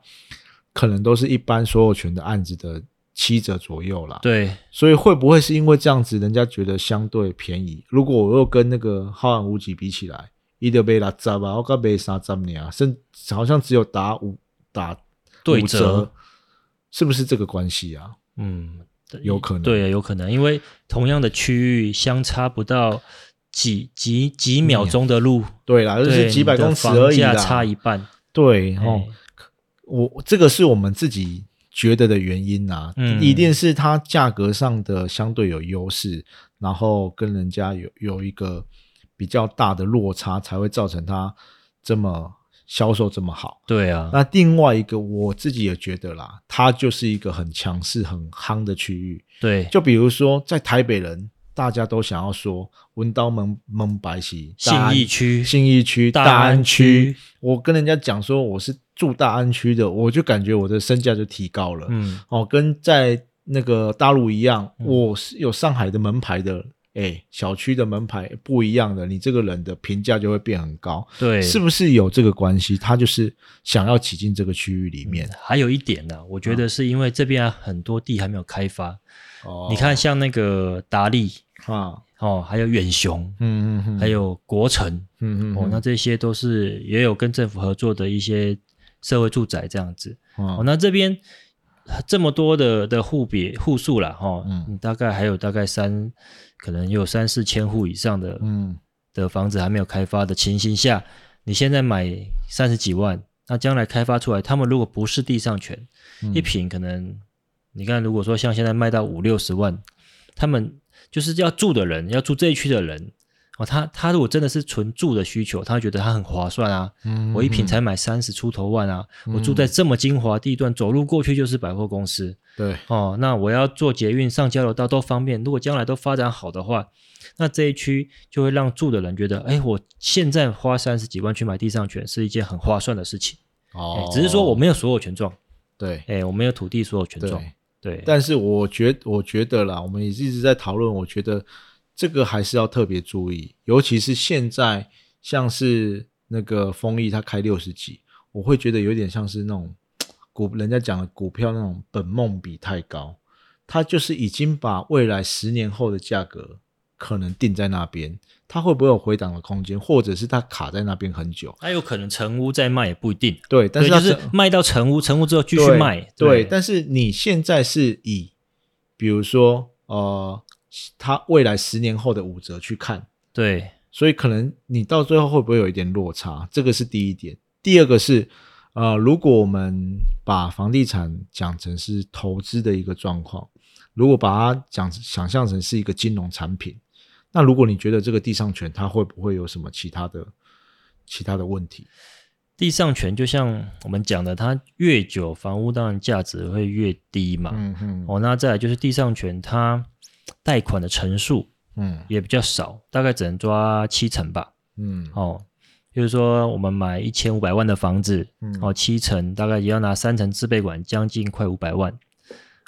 [SPEAKER 1] 可能都是一般所有权的案子的七折左右啦。
[SPEAKER 2] 对，
[SPEAKER 1] 所以会不会是因为这样子，人家觉得相对便宜？如果我又跟那个浩然无极比起来，伊德贝拉扎吧，啊我该贝啥扎尼啊，甚好像只有打五打
[SPEAKER 2] 对
[SPEAKER 1] 五
[SPEAKER 2] 折
[SPEAKER 1] 折，是不是这个关系啊？
[SPEAKER 2] 嗯，对
[SPEAKER 1] 有可能
[SPEAKER 2] 对，有可能，因为同样的区域相差不到几几几秒钟的路，
[SPEAKER 1] 对啦，就嗯
[SPEAKER 2] 对
[SPEAKER 1] 是几百
[SPEAKER 2] 你的
[SPEAKER 1] 公尺
[SPEAKER 2] 房
[SPEAKER 1] 而已
[SPEAKER 2] 价
[SPEAKER 1] 啦，
[SPEAKER 2] 差一半。
[SPEAKER 1] 对
[SPEAKER 2] 哎
[SPEAKER 1] 哦，我这个是我们自己觉得的原因啊，
[SPEAKER 2] 嗯
[SPEAKER 1] 一定是它价格上的相对有优势，然后跟人家有有一个比较大的落差，才会造成它这么销售这么好。
[SPEAKER 2] 对啊，
[SPEAKER 1] 那另外一个我自己也觉得啦，它就是一个很强势、很夯的区域。
[SPEAKER 2] 对，
[SPEAKER 1] 就比如说，在台北人大家都想要说“文刀蒙蒙白旗”，
[SPEAKER 2] 信
[SPEAKER 1] 大安
[SPEAKER 2] 义区
[SPEAKER 1] 信义区、
[SPEAKER 2] 大
[SPEAKER 1] 大
[SPEAKER 2] 安
[SPEAKER 1] 安
[SPEAKER 2] 区
[SPEAKER 1] 区，我跟人家讲说我是住大安区的，我就感觉我的身价就提高了。
[SPEAKER 2] 嗯，
[SPEAKER 1] 哦，跟在那个大陆一样，
[SPEAKER 2] 嗯
[SPEAKER 1] 我是有上海的门牌的，哎，小区的门牌不一样的，你这个人的评价就会变很高，
[SPEAKER 2] 对，
[SPEAKER 1] 是不是有这个关系？他就是想要挤进这个区域里面。
[SPEAKER 2] 还有一点呢、我
[SPEAKER 1] 嗯
[SPEAKER 2] 觉得是因为这边、啊、很多地还没有开发。
[SPEAKER 1] 哦
[SPEAKER 2] 你看，像那个达利
[SPEAKER 1] 啊，
[SPEAKER 2] 哦，还有远雄，
[SPEAKER 1] 嗯嗯嗯，
[SPEAKER 2] 还有国城
[SPEAKER 1] 嗯嗯，
[SPEAKER 2] 哦，那这些都是也有跟政府合作的一些社会住宅这样子。
[SPEAKER 1] 那
[SPEAKER 2] 哦，那这边这么多的的户别户数啦，哈、哦，
[SPEAKER 1] 嗯
[SPEAKER 2] 你大概还有大概三，可能有三四千户以上的、
[SPEAKER 1] 嗯
[SPEAKER 2] 的房子还没有开发的情形下，你现在买三十几万，那将来开发出来，他们如果不是地上权，
[SPEAKER 1] 嗯
[SPEAKER 2] 一平可能你看，如果说像现在卖到五六十万，他们就是要住的人，要住这一区的人。哦，他他如果真的是纯住的需求，他会觉得他很划算啊，
[SPEAKER 1] 嗯
[SPEAKER 2] 我一瓶才买三十出头万啊！我住
[SPEAKER 1] 嗯
[SPEAKER 2] 在这么精华地段，走路过去就是百货公司
[SPEAKER 1] 对，
[SPEAKER 2] 哦。那我要坐捷运上交流道都方便。如果将来都发展好的话，那这一区就会让住的人觉得，哎，我现在花三十几万去买地上权是一件很划算的事情。哎
[SPEAKER 1] 哦，
[SPEAKER 2] 只是说我没有所有权状，
[SPEAKER 1] 对
[SPEAKER 2] 哎，我没有土地所有权状
[SPEAKER 1] 对。。
[SPEAKER 2] 对，
[SPEAKER 1] 但是我觉我觉得啦，我们也一直在讨论，我觉得这个还是要特别注意，尤其是现在像是那个丰益，它开六十几，我会觉得有点像是那种股人家讲的股票那种本梦比太高，它就是已经把未来十年后的价格可能定在那边，它会不会有回档的空间，或者是它卡在那边很久？
[SPEAKER 2] 它有可能成屋再卖也不一定。
[SPEAKER 1] 对，但是
[SPEAKER 2] 对
[SPEAKER 1] 它
[SPEAKER 2] 就是卖到成屋，成屋之后继续
[SPEAKER 1] 对
[SPEAKER 2] 卖。
[SPEAKER 1] 对，但是你现在是以，比如说呃，它未来十年后的五折去看，
[SPEAKER 2] 对
[SPEAKER 1] 所以可能你到最后会不会有一点落差？这个是第一点。第二个是，呃，如果我们把房地产讲成是投资的一个状况，如果把它讲想象成是一个金融产品，那如果你觉得这个地上权它会不会有什么其他的其他的问题？
[SPEAKER 2] 地上权就像我们讲的，它越久，房屋当然价值会越低嘛。
[SPEAKER 1] 嗯嗯
[SPEAKER 2] 哦，那再来就是地上权，它贷款的成数
[SPEAKER 1] 嗯
[SPEAKER 2] 也比较少，大概只能抓七成吧。
[SPEAKER 1] 嗯
[SPEAKER 2] 哦，就是说我们买一千五百万的房子，
[SPEAKER 1] 嗯
[SPEAKER 2] 哦，七成大概也要拿三成自备款，将近快五百万。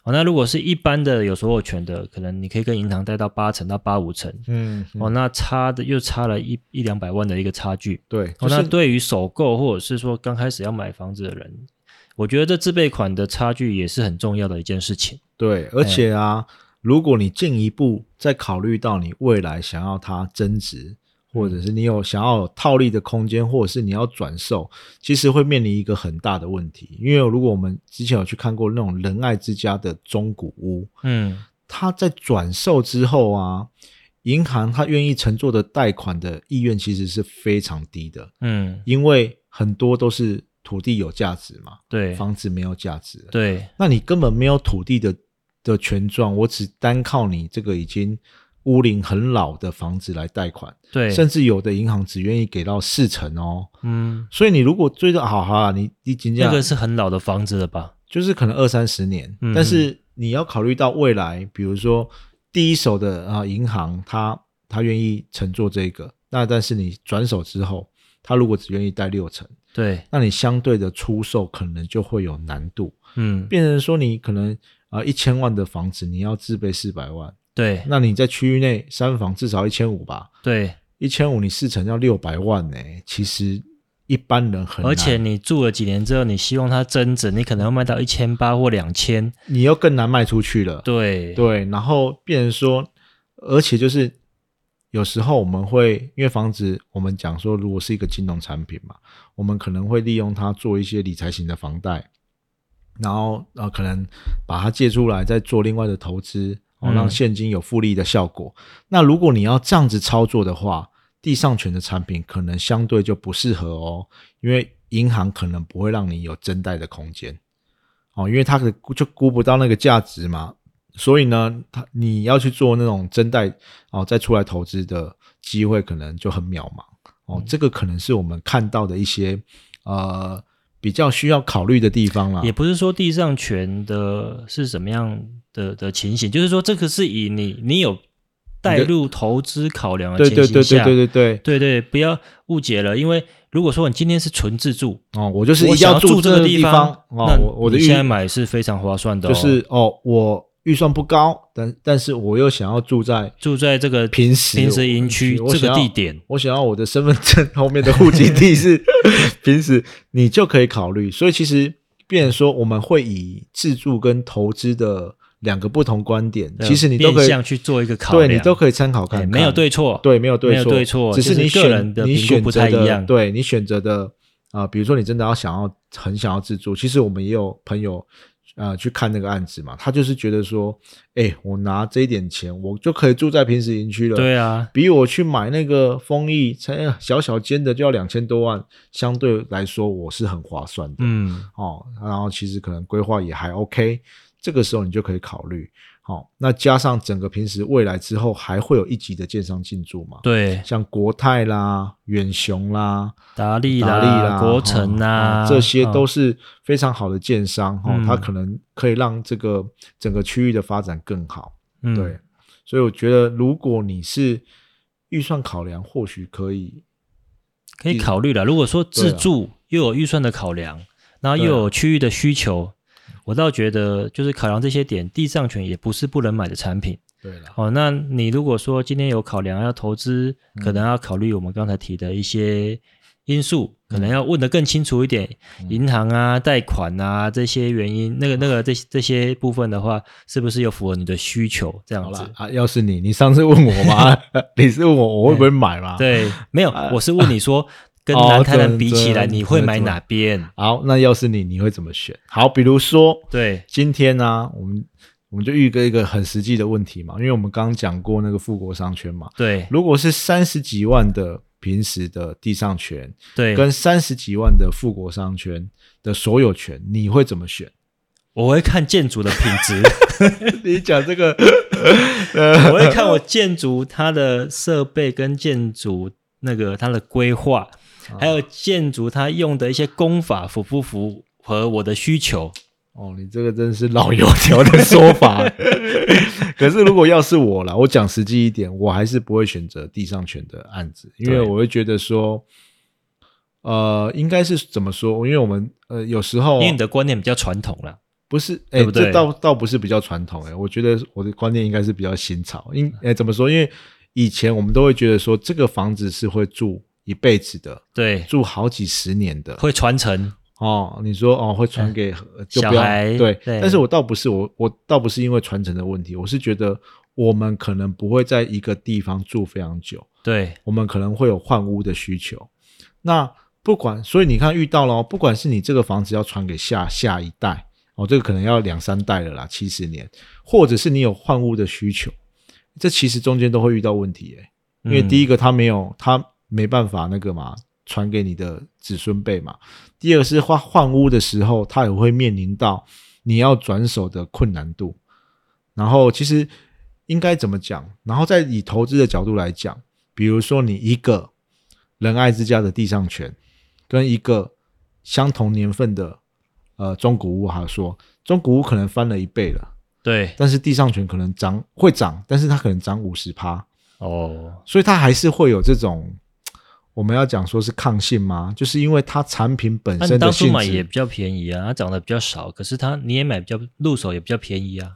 [SPEAKER 2] 哦，那如果是一般的有所有权的，可能你可以跟银行贷到八成到八五成。
[SPEAKER 1] 嗯，嗯
[SPEAKER 2] 哦，那差的又差了一一两百万的一个差距。
[SPEAKER 1] 对，
[SPEAKER 2] 哦，
[SPEAKER 1] 就是
[SPEAKER 2] 那对于首购或者是说刚开始要买房子的人，我觉得这自备款的差距也是很重要的一件事情。
[SPEAKER 1] 对，而且啊，如果你进一步再考虑到你未来想要它增值，或者是你有想要有套利的空间，或者是你要转售，其实会面临一个很大的问题。因为如果我们之前有去看过那种仁爱之家的中古屋，
[SPEAKER 2] 嗯，
[SPEAKER 1] 它在转售之后啊，银行它愿意乘坐的贷款的意愿其实是非常低的，
[SPEAKER 2] 嗯，
[SPEAKER 1] 因为很多都是土地有价值嘛，
[SPEAKER 2] 对，
[SPEAKER 1] 房子没有价值了。
[SPEAKER 2] 对，
[SPEAKER 1] 那你根本没有土地的的权状，我只单靠你这个已经屋龄很老的房子来贷款，
[SPEAKER 2] 对，
[SPEAKER 1] 甚至有的银行只愿意给到四成哦。
[SPEAKER 2] 嗯，
[SPEAKER 1] 所以你如果追到，好好啦，你你仅仅
[SPEAKER 2] 那个是很老的房子了吧？
[SPEAKER 1] 就是可能二三十年，
[SPEAKER 2] 嗯
[SPEAKER 1] 但是你要考虑到未来，比如说第一手的啊、呃银行，它它愿意承做这个，那但是你转手之后，它如果只愿意贷六成，
[SPEAKER 2] 对，
[SPEAKER 1] 那你相对的出售可能就会有难度，
[SPEAKER 2] 嗯，
[SPEAKER 1] 变成说你可能啊一千万的房子你要自备四百万，
[SPEAKER 2] 对，
[SPEAKER 1] 那你在区域内三房至少一千五吧，
[SPEAKER 2] 对，
[SPEAKER 1] 一千五你四成要六百万呢、其实一般人很难，
[SPEAKER 2] 而且你住了几年之后，你希望它增值，你可能要卖到一千八或两千，
[SPEAKER 1] 你又更难卖出去了，
[SPEAKER 2] 对，
[SPEAKER 1] 对，然后变成说，而且就是有时候我们会因为房子，我们讲说如果是一个金融产品嘛，我们可能会利用它做一些理财型的房贷，然后呃可能把它借出来再做另外的投资，哦
[SPEAKER 2] 嗯
[SPEAKER 1] 让现金有复利的效果。那如果你要这样子操作的话，地上权的产品可能相对就不适合哦，因为银行可能不会让你有增贷的空间。哦，因为它可就估不到那个价值嘛，所以呢，他你要去做那种真贷哦，再出来投资的机会可能就很渺茫哦。
[SPEAKER 2] 嗯
[SPEAKER 1] 这个可能是我们看到的一些呃比较需要考虑的地方啦
[SPEAKER 2] 也。不是说地上权的是什么样的的情形，就是说这个是以你你有带入投资考量的
[SPEAKER 1] 对
[SPEAKER 2] 情
[SPEAKER 1] 对
[SPEAKER 2] 形
[SPEAKER 1] 对对对
[SPEAKER 2] 下，
[SPEAKER 1] 对对
[SPEAKER 2] 对对不要误解了，因为如果说你今天是纯自住，
[SPEAKER 1] 哦，我就是一
[SPEAKER 2] 我
[SPEAKER 1] 定
[SPEAKER 2] 想要
[SPEAKER 1] 住
[SPEAKER 2] 这
[SPEAKER 1] 个
[SPEAKER 2] 地
[SPEAKER 1] 方哦
[SPEAKER 2] 那。
[SPEAKER 1] 我我的
[SPEAKER 2] 你
[SPEAKER 1] 预
[SPEAKER 2] 现在买是非常划算的、哦，
[SPEAKER 1] 就是哦，我预算不高，但但是我又想要住在
[SPEAKER 2] 住在这个
[SPEAKER 1] 平时
[SPEAKER 2] 平时营区
[SPEAKER 1] 我
[SPEAKER 2] 这
[SPEAKER 1] 想要
[SPEAKER 2] 个地点，
[SPEAKER 1] 我想要我的身份证 后面的户籍地 是平时，你就可以考虑。所以其实，变成说我们会以自住跟投资的两个不同观点，
[SPEAKER 2] 呃
[SPEAKER 1] 其实你都可以
[SPEAKER 2] 变相去做一个考
[SPEAKER 1] 对
[SPEAKER 2] 量，
[SPEAKER 1] 你都可以参考
[SPEAKER 2] 哎
[SPEAKER 1] 看看
[SPEAKER 2] 没有对错，
[SPEAKER 1] 对，没有对
[SPEAKER 2] 没有对错
[SPEAKER 1] 只
[SPEAKER 2] 就是
[SPEAKER 1] 你
[SPEAKER 2] 个
[SPEAKER 1] 选
[SPEAKER 2] 人的
[SPEAKER 1] 你
[SPEAKER 2] 评估
[SPEAKER 1] 选
[SPEAKER 2] 不
[SPEAKER 1] 择
[SPEAKER 2] 太一
[SPEAKER 1] 的
[SPEAKER 2] 样
[SPEAKER 1] 对你选择的啊、呃比如说你真的要想要很想要自住，其实我们也有朋友呃去看那个案子嘛，他就是觉得说，哎、我拿这一点钱，我就可以住在平时营区了，
[SPEAKER 2] 对啊，
[SPEAKER 1] 比我去买那个丰益才呃小小间的就要两千多万，相对来说我是很划算的、
[SPEAKER 2] 嗯，
[SPEAKER 1] 哦。然后其实可能规划也还 OK，这个时候你就可以考虑。好、那加上整个平时未来之后还会有一级的建商进驻嘛，
[SPEAKER 2] 对，
[SPEAKER 1] 像国泰啦、远雄啦、
[SPEAKER 2] 达利
[SPEAKER 1] 达
[SPEAKER 2] 啦、
[SPEAKER 1] 利啦、
[SPEAKER 2] 国城
[SPEAKER 1] 啊
[SPEAKER 2] 啦，
[SPEAKER 1] 这些都
[SPEAKER 2] 哦
[SPEAKER 1] 是非常好的建商哦，
[SPEAKER 2] 嗯
[SPEAKER 1] 它可能可以让这个整个区域的发展更好。
[SPEAKER 2] 嗯
[SPEAKER 1] 对，所以我觉得如果你是预算考量，或许可以，
[SPEAKER 2] 可以考虑了。如果说自
[SPEAKER 1] 啊
[SPEAKER 2] 住又有预算的考量，然后又有区域的需求，我倒觉得就是考量这些点，地上权也不是不能买的产品。
[SPEAKER 1] 对了，
[SPEAKER 2] 哦，那你如果说今天有考量要投资，
[SPEAKER 1] 嗯
[SPEAKER 2] 可能要考虑我们刚才提的一些因素，可能要问得更清楚一点，
[SPEAKER 1] 嗯
[SPEAKER 2] 银行啊、贷款啊这些原因，那个那个这这些部分的话，是不是有符合你的需求这
[SPEAKER 1] 好
[SPEAKER 2] 样
[SPEAKER 1] 啦
[SPEAKER 2] 子？
[SPEAKER 1] 啊，要是你，你上次问我 嘛，你是问我我会不会买嘛？，
[SPEAKER 2] 对，没有，我是问你 说，跟
[SPEAKER 1] 呃哦
[SPEAKER 2] 南台
[SPEAKER 1] 这
[SPEAKER 2] 南比
[SPEAKER 1] 这
[SPEAKER 2] 起来，你会买
[SPEAKER 1] 这
[SPEAKER 2] 哪边？
[SPEAKER 1] 好，那要是你，你会怎么选？好，比如说
[SPEAKER 2] 对，
[SPEAKER 1] 今天呢、我们我们就预个一个很实际的问题嘛，因为我们刚刚讲过那个富国商圈嘛，
[SPEAKER 2] 对
[SPEAKER 1] 如果是三十几万的平时的地上权
[SPEAKER 2] 对，
[SPEAKER 1] 跟三十几万的富国商圈的所有权，你会怎么选？
[SPEAKER 2] 我会看建筑的品质，
[SPEAKER 1] 你讲这个，
[SPEAKER 2] 我会看我建筑它的设备跟建筑那个它的规划，
[SPEAKER 1] 啊
[SPEAKER 2] 还有建筑它用的一些功法符不符合我的需求。
[SPEAKER 1] 哦，你这个真是老油条的说法。 可是如果要是我啦，我讲实际一点，我还是不会选择地上权的案子，因为
[SPEAKER 2] 对
[SPEAKER 1] 我会觉得说，呃，应该是怎么说？因为我们呃有时候
[SPEAKER 2] 因为你的观念比较传统了，
[SPEAKER 1] 不是，哎、
[SPEAKER 2] 对不对
[SPEAKER 1] 这倒倒不是比较传统、哎，我觉得我的观念应该是比较新潮。因
[SPEAKER 2] 嗯
[SPEAKER 1] 哎、怎么说？因为以前我们都会觉得说，这个房子是会住一辈子的，
[SPEAKER 2] 对，
[SPEAKER 1] 住好几十年的，
[SPEAKER 2] 会传承，
[SPEAKER 1] 哦，你说哦会传给、呃就
[SPEAKER 2] 嗯小
[SPEAKER 1] 不要
[SPEAKER 2] 孩
[SPEAKER 1] 对，
[SPEAKER 2] 对
[SPEAKER 1] 但是我倒不是我我倒不是因为传承的问题，我是觉得我们可能不会在一个地方住非常久，
[SPEAKER 2] 对
[SPEAKER 1] 我们可能会有换屋的需求。那不管，所以你看遇到了哦，不管是你这个房子要传给下下一代哦，这个可能要两三代了啦，七十年，或者是你有换屋的需求，这其实中间都会遇到问题诶、因为
[SPEAKER 2] 嗯
[SPEAKER 1] 第一个他没有，他没办法那个嘛，传给你的子孙辈嘛。第二个是换换屋的时候，他也会面临到你要转手的困难度。然后其实应该怎么讲，然后再以投资的角度来讲，比如说你一个仁爱之家的地上权，跟一个相同年份的呃中古屋，好说中古屋可能翻了一倍了，
[SPEAKER 2] 对，
[SPEAKER 1] 但是地上权可能涨会涨，但是它可能涨五十趴，
[SPEAKER 2] 哦，
[SPEAKER 1] 所以它还是会有这种，我们要讲说是抗性吗？就是因为它产品本
[SPEAKER 2] 啊那你
[SPEAKER 1] 身
[SPEAKER 2] 当
[SPEAKER 1] 的
[SPEAKER 2] 初
[SPEAKER 1] 性
[SPEAKER 2] 买也
[SPEAKER 1] 质
[SPEAKER 2] 比，较便宜啊，它涨得比较少，可是它你也买比较入手也比较便宜啊，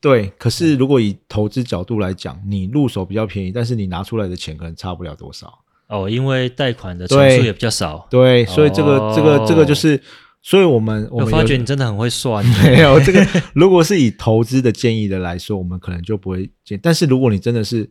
[SPEAKER 1] 对。可是如果以投资角度来讲，你入手比较便宜，但是你拿出来的钱可能差不了多少。
[SPEAKER 2] 哦，因为贷款的成数
[SPEAKER 1] 对
[SPEAKER 2] 也比较少。
[SPEAKER 1] 对，所以这个、这个这个
[SPEAKER 2] 哦
[SPEAKER 1] 就是，所以我们我
[SPEAKER 2] 我
[SPEAKER 1] 们
[SPEAKER 2] 发
[SPEAKER 1] 有
[SPEAKER 2] 觉你真的很 会算，
[SPEAKER 1] 没有这个，如果是以投资的建议的来说，我们可能就不会建。但是如果你真的是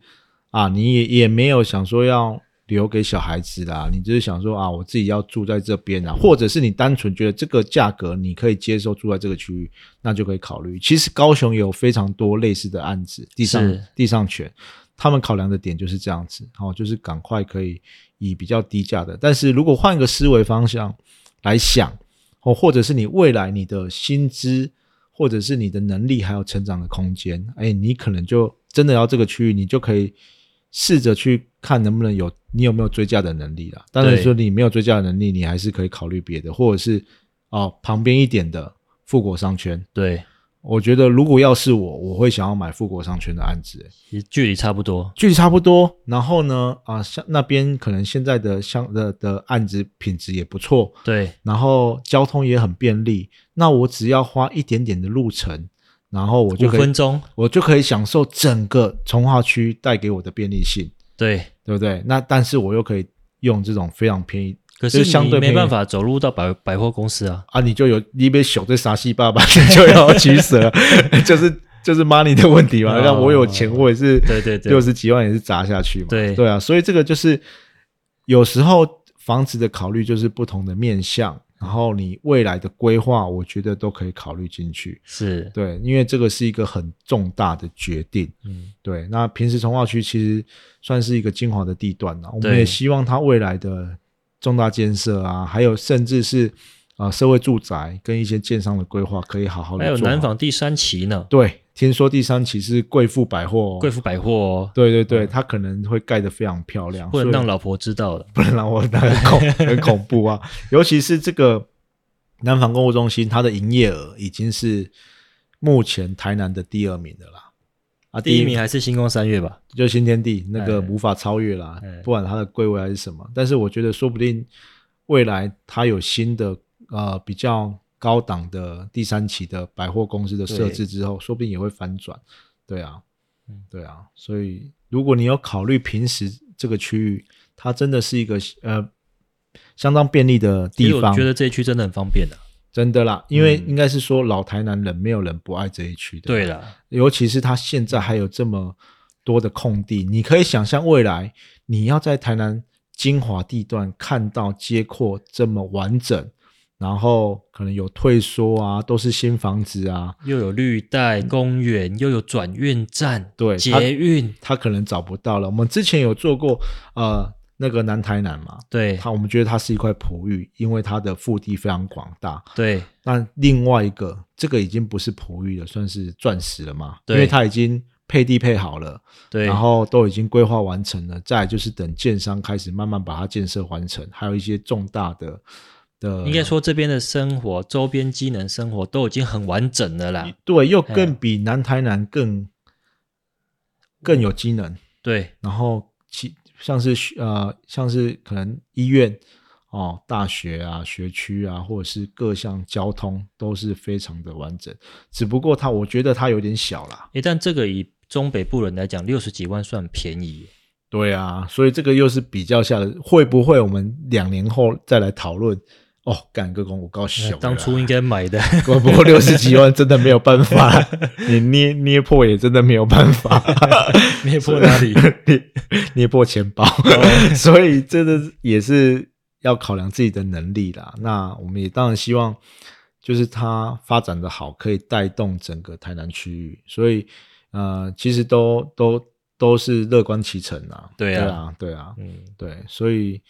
[SPEAKER 1] 啊，你也也没有想说要留给小孩子啦，你就是想说啊，我自己要住在这边啊，或者是你单纯觉得这个价格你可以接受住在这个区域，那就可以考虑。其实高雄有非常多类似的案子，地上
[SPEAKER 2] 是
[SPEAKER 1] 地上权，他们考量的点就是这样子，哦，就是赶快可以以比较低价的。但是如果换个思维方向来想，哦，或者是你未来你的薪资，或者是你的能力还有成长的空间，哎，你可能就真的要这个区域，你就可以试着去看能不能有你有没有追加的能力啦。当然
[SPEAKER 2] 对
[SPEAKER 1] 说你没有追加的能力，你还是可以考虑别的，或者是哦旁边一点的富国商圈。
[SPEAKER 2] 对，
[SPEAKER 1] 我觉得如果要是我，我会想要买富国商圈的案子、哎
[SPEAKER 2] 其实距离差不多。
[SPEAKER 1] 距离差不多。然后呢，啊，像那边可能现在的相的的案子品质也不错，
[SPEAKER 2] 对，
[SPEAKER 1] 然后交通也很便利。那我只要花一点点的路程，然后我就
[SPEAKER 2] 五
[SPEAKER 1] 可
[SPEAKER 2] 分
[SPEAKER 1] 以，
[SPEAKER 2] 钟，
[SPEAKER 1] 我就可以享受整个从化区带给我的便利性，
[SPEAKER 2] 对。
[SPEAKER 1] 对不对？那但是我又可以用这种非常便宜，
[SPEAKER 2] 可
[SPEAKER 1] 就是是相
[SPEAKER 2] 你
[SPEAKER 1] 对
[SPEAKER 2] 没
[SPEAKER 1] 便宜
[SPEAKER 2] 办法走路到百百货公司啊，
[SPEAKER 1] 啊，你就有你被小这傻西爸爸，你 就要取舍， 就是就是 money 的问题嘛。
[SPEAKER 2] 哦
[SPEAKER 1] 让我有钱，我也是
[SPEAKER 2] 对对对
[SPEAKER 1] 六十几万也是砸下去嘛。
[SPEAKER 2] 对
[SPEAKER 1] 对啊，所以这个就是有时候房子的考虑就是不同的面向，然后你未来的规划，我觉得都可以考虑进去。
[SPEAKER 2] 是，
[SPEAKER 1] 对，因为这个是一个很重大的决定。
[SPEAKER 2] 嗯，
[SPEAKER 1] 对，那平时从化区其实算是一个精华的地段了，我们
[SPEAKER 2] 对
[SPEAKER 1] 也希望它未来的重大建设啊，还有甚至是呃社会住宅跟一些建商的规划，可以好好的
[SPEAKER 2] 还有南纺第三期呢，
[SPEAKER 1] 对，听说第三期是贵妇百货、哦，
[SPEAKER 2] 贵妇百货哦，
[SPEAKER 1] 对对对，它可能会盖得非常漂亮，
[SPEAKER 2] 不能
[SPEAKER 1] 所以
[SPEAKER 2] 让老婆知道的。
[SPEAKER 1] 不能让我很恐很恐怖 啊！尤其是这个南纺购物中心，它的营业额已经是目前台南的第二名的啦。啊，
[SPEAKER 2] 第一名还是星光三月吧？
[SPEAKER 1] 就新天地那个
[SPEAKER 2] 哎
[SPEAKER 1] 无法超越啦，
[SPEAKER 2] 哎
[SPEAKER 1] 不管它的贵位还是什么，但是我觉得说不定未来它有新的呃比较高档的第三期的百货公司的设置之后，说不定也会翻转。对啊
[SPEAKER 2] 嗯，
[SPEAKER 1] 对啊，所以如果你有考虑平时这个区域，它真的是一个呃相当便利的
[SPEAKER 2] 其
[SPEAKER 1] 地
[SPEAKER 2] 实我
[SPEAKER 1] 方
[SPEAKER 2] 觉，得这一区真的很方便啊的、
[SPEAKER 1] 真的啦，因为
[SPEAKER 2] 嗯
[SPEAKER 1] 应该是说老台南人没有人不爱这一区的，
[SPEAKER 2] 对啦，
[SPEAKER 1] 尤其是它现在还有这么多的空地，你可以想象未来你要在台南精华地段看到街廓这么完整，然后可能有退缩啊，都是新房子啊，
[SPEAKER 2] 又有绿带公园，又有转运站，
[SPEAKER 1] 对它
[SPEAKER 2] 捷运，
[SPEAKER 1] 他可能找不到了。我们之前有做过呃那个南台南嘛，
[SPEAKER 2] 对
[SPEAKER 1] 它我们觉得它是一块璞玉，因为它的腹地非常广大，
[SPEAKER 2] 对
[SPEAKER 1] 那另外一个，这个已经不是璞玉了，算是钻石了嘛？
[SPEAKER 2] 对
[SPEAKER 1] 因为它已经配地配好了，
[SPEAKER 2] 对，
[SPEAKER 1] 然后都已经规划完成了。再来就是等建商开始慢慢把它建设完成，还有一些重大的的，
[SPEAKER 2] 应该说这边的生活，周边机能生活都已经很完整了啦。
[SPEAKER 1] 对，又更比南台南更更有机能。
[SPEAKER 2] 对，
[SPEAKER 1] 然后其像是呃像是可能医院哦、大学啊、学区啊，或者是各项交通都是非常的完整。只不过它，我觉得它有点小啦。
[SPEAKER 2] 一旦这个以中北部人来讲，六十几万算便宜。
[SPEAKER 1] 对啊，所以这个又是比较下的，会不会我们两年后再来讨论？哦，干个公我告小，
[SPEAKER 2] 哎当初应该买的，
[SPEAKER 1] 我不 过六十几万真的没有办法，你捏捏破也真的没有办 法。
[SPEAKER 2] 没破哪 里？
[SPEAKER 1] 捏捏破钱包，
[SPEAKER 2] 哦
[SPEAKER 1] 所以这个也是要考量自己的能力啦。那我们也当然希望，就是它发展的好，可以带动整个台南区域。所以，呃，其实都都都是乐观其成啊。
[SPEAKER 2] 对啊
[SPEAKER 1] 对啊，对啊，
[SPEAKER 2] 嗯，
[SPEAKER 1] 对。所以，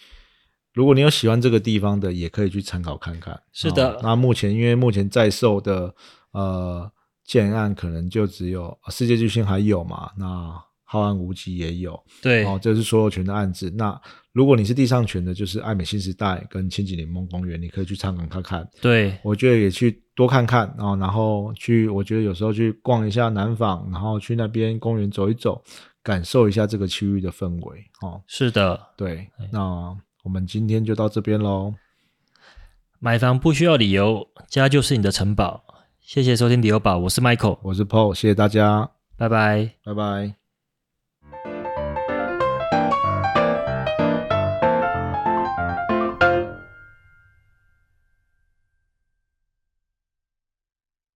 [SPEAKER 1] 如果你有喜欢这个地方的，也可以去参考看看。
[SPEAKER 2] 是的
[SPEAKER 1] 哦那目前因为目前在售的呃。建案可能就只有呃世界巨星还有嘛，那浩瀚无极也有，
[SPEAKER 2] 对，
[SPEAKER 1] 哦，这是所有权的案子。那如果你是地上权的，就是爱美新时代跟千禧联盟公园，你可以去参观看看。
[SPEAKER 2] 对，
[SPEAKER 1] 我觉得也去多看看啊、哦，然后去，我觉得有时候去逛一下南纺，然后去那边公园走一走，感受一下这个区域的氛围哦。
[SPEAKER 2] 是的，
[SPEAKER 1] 对，那我们今天就到这边喽，
[SPEAKER 2] 买房不需要理由，家就是你的城堡。谢谢收听理由宝，我是 Michael，
[SPEAKER 1] 我是 Paul，谢谢大家，
[SPEAKER 2] 拜拜。
[SPEAKER 1] 拜拜。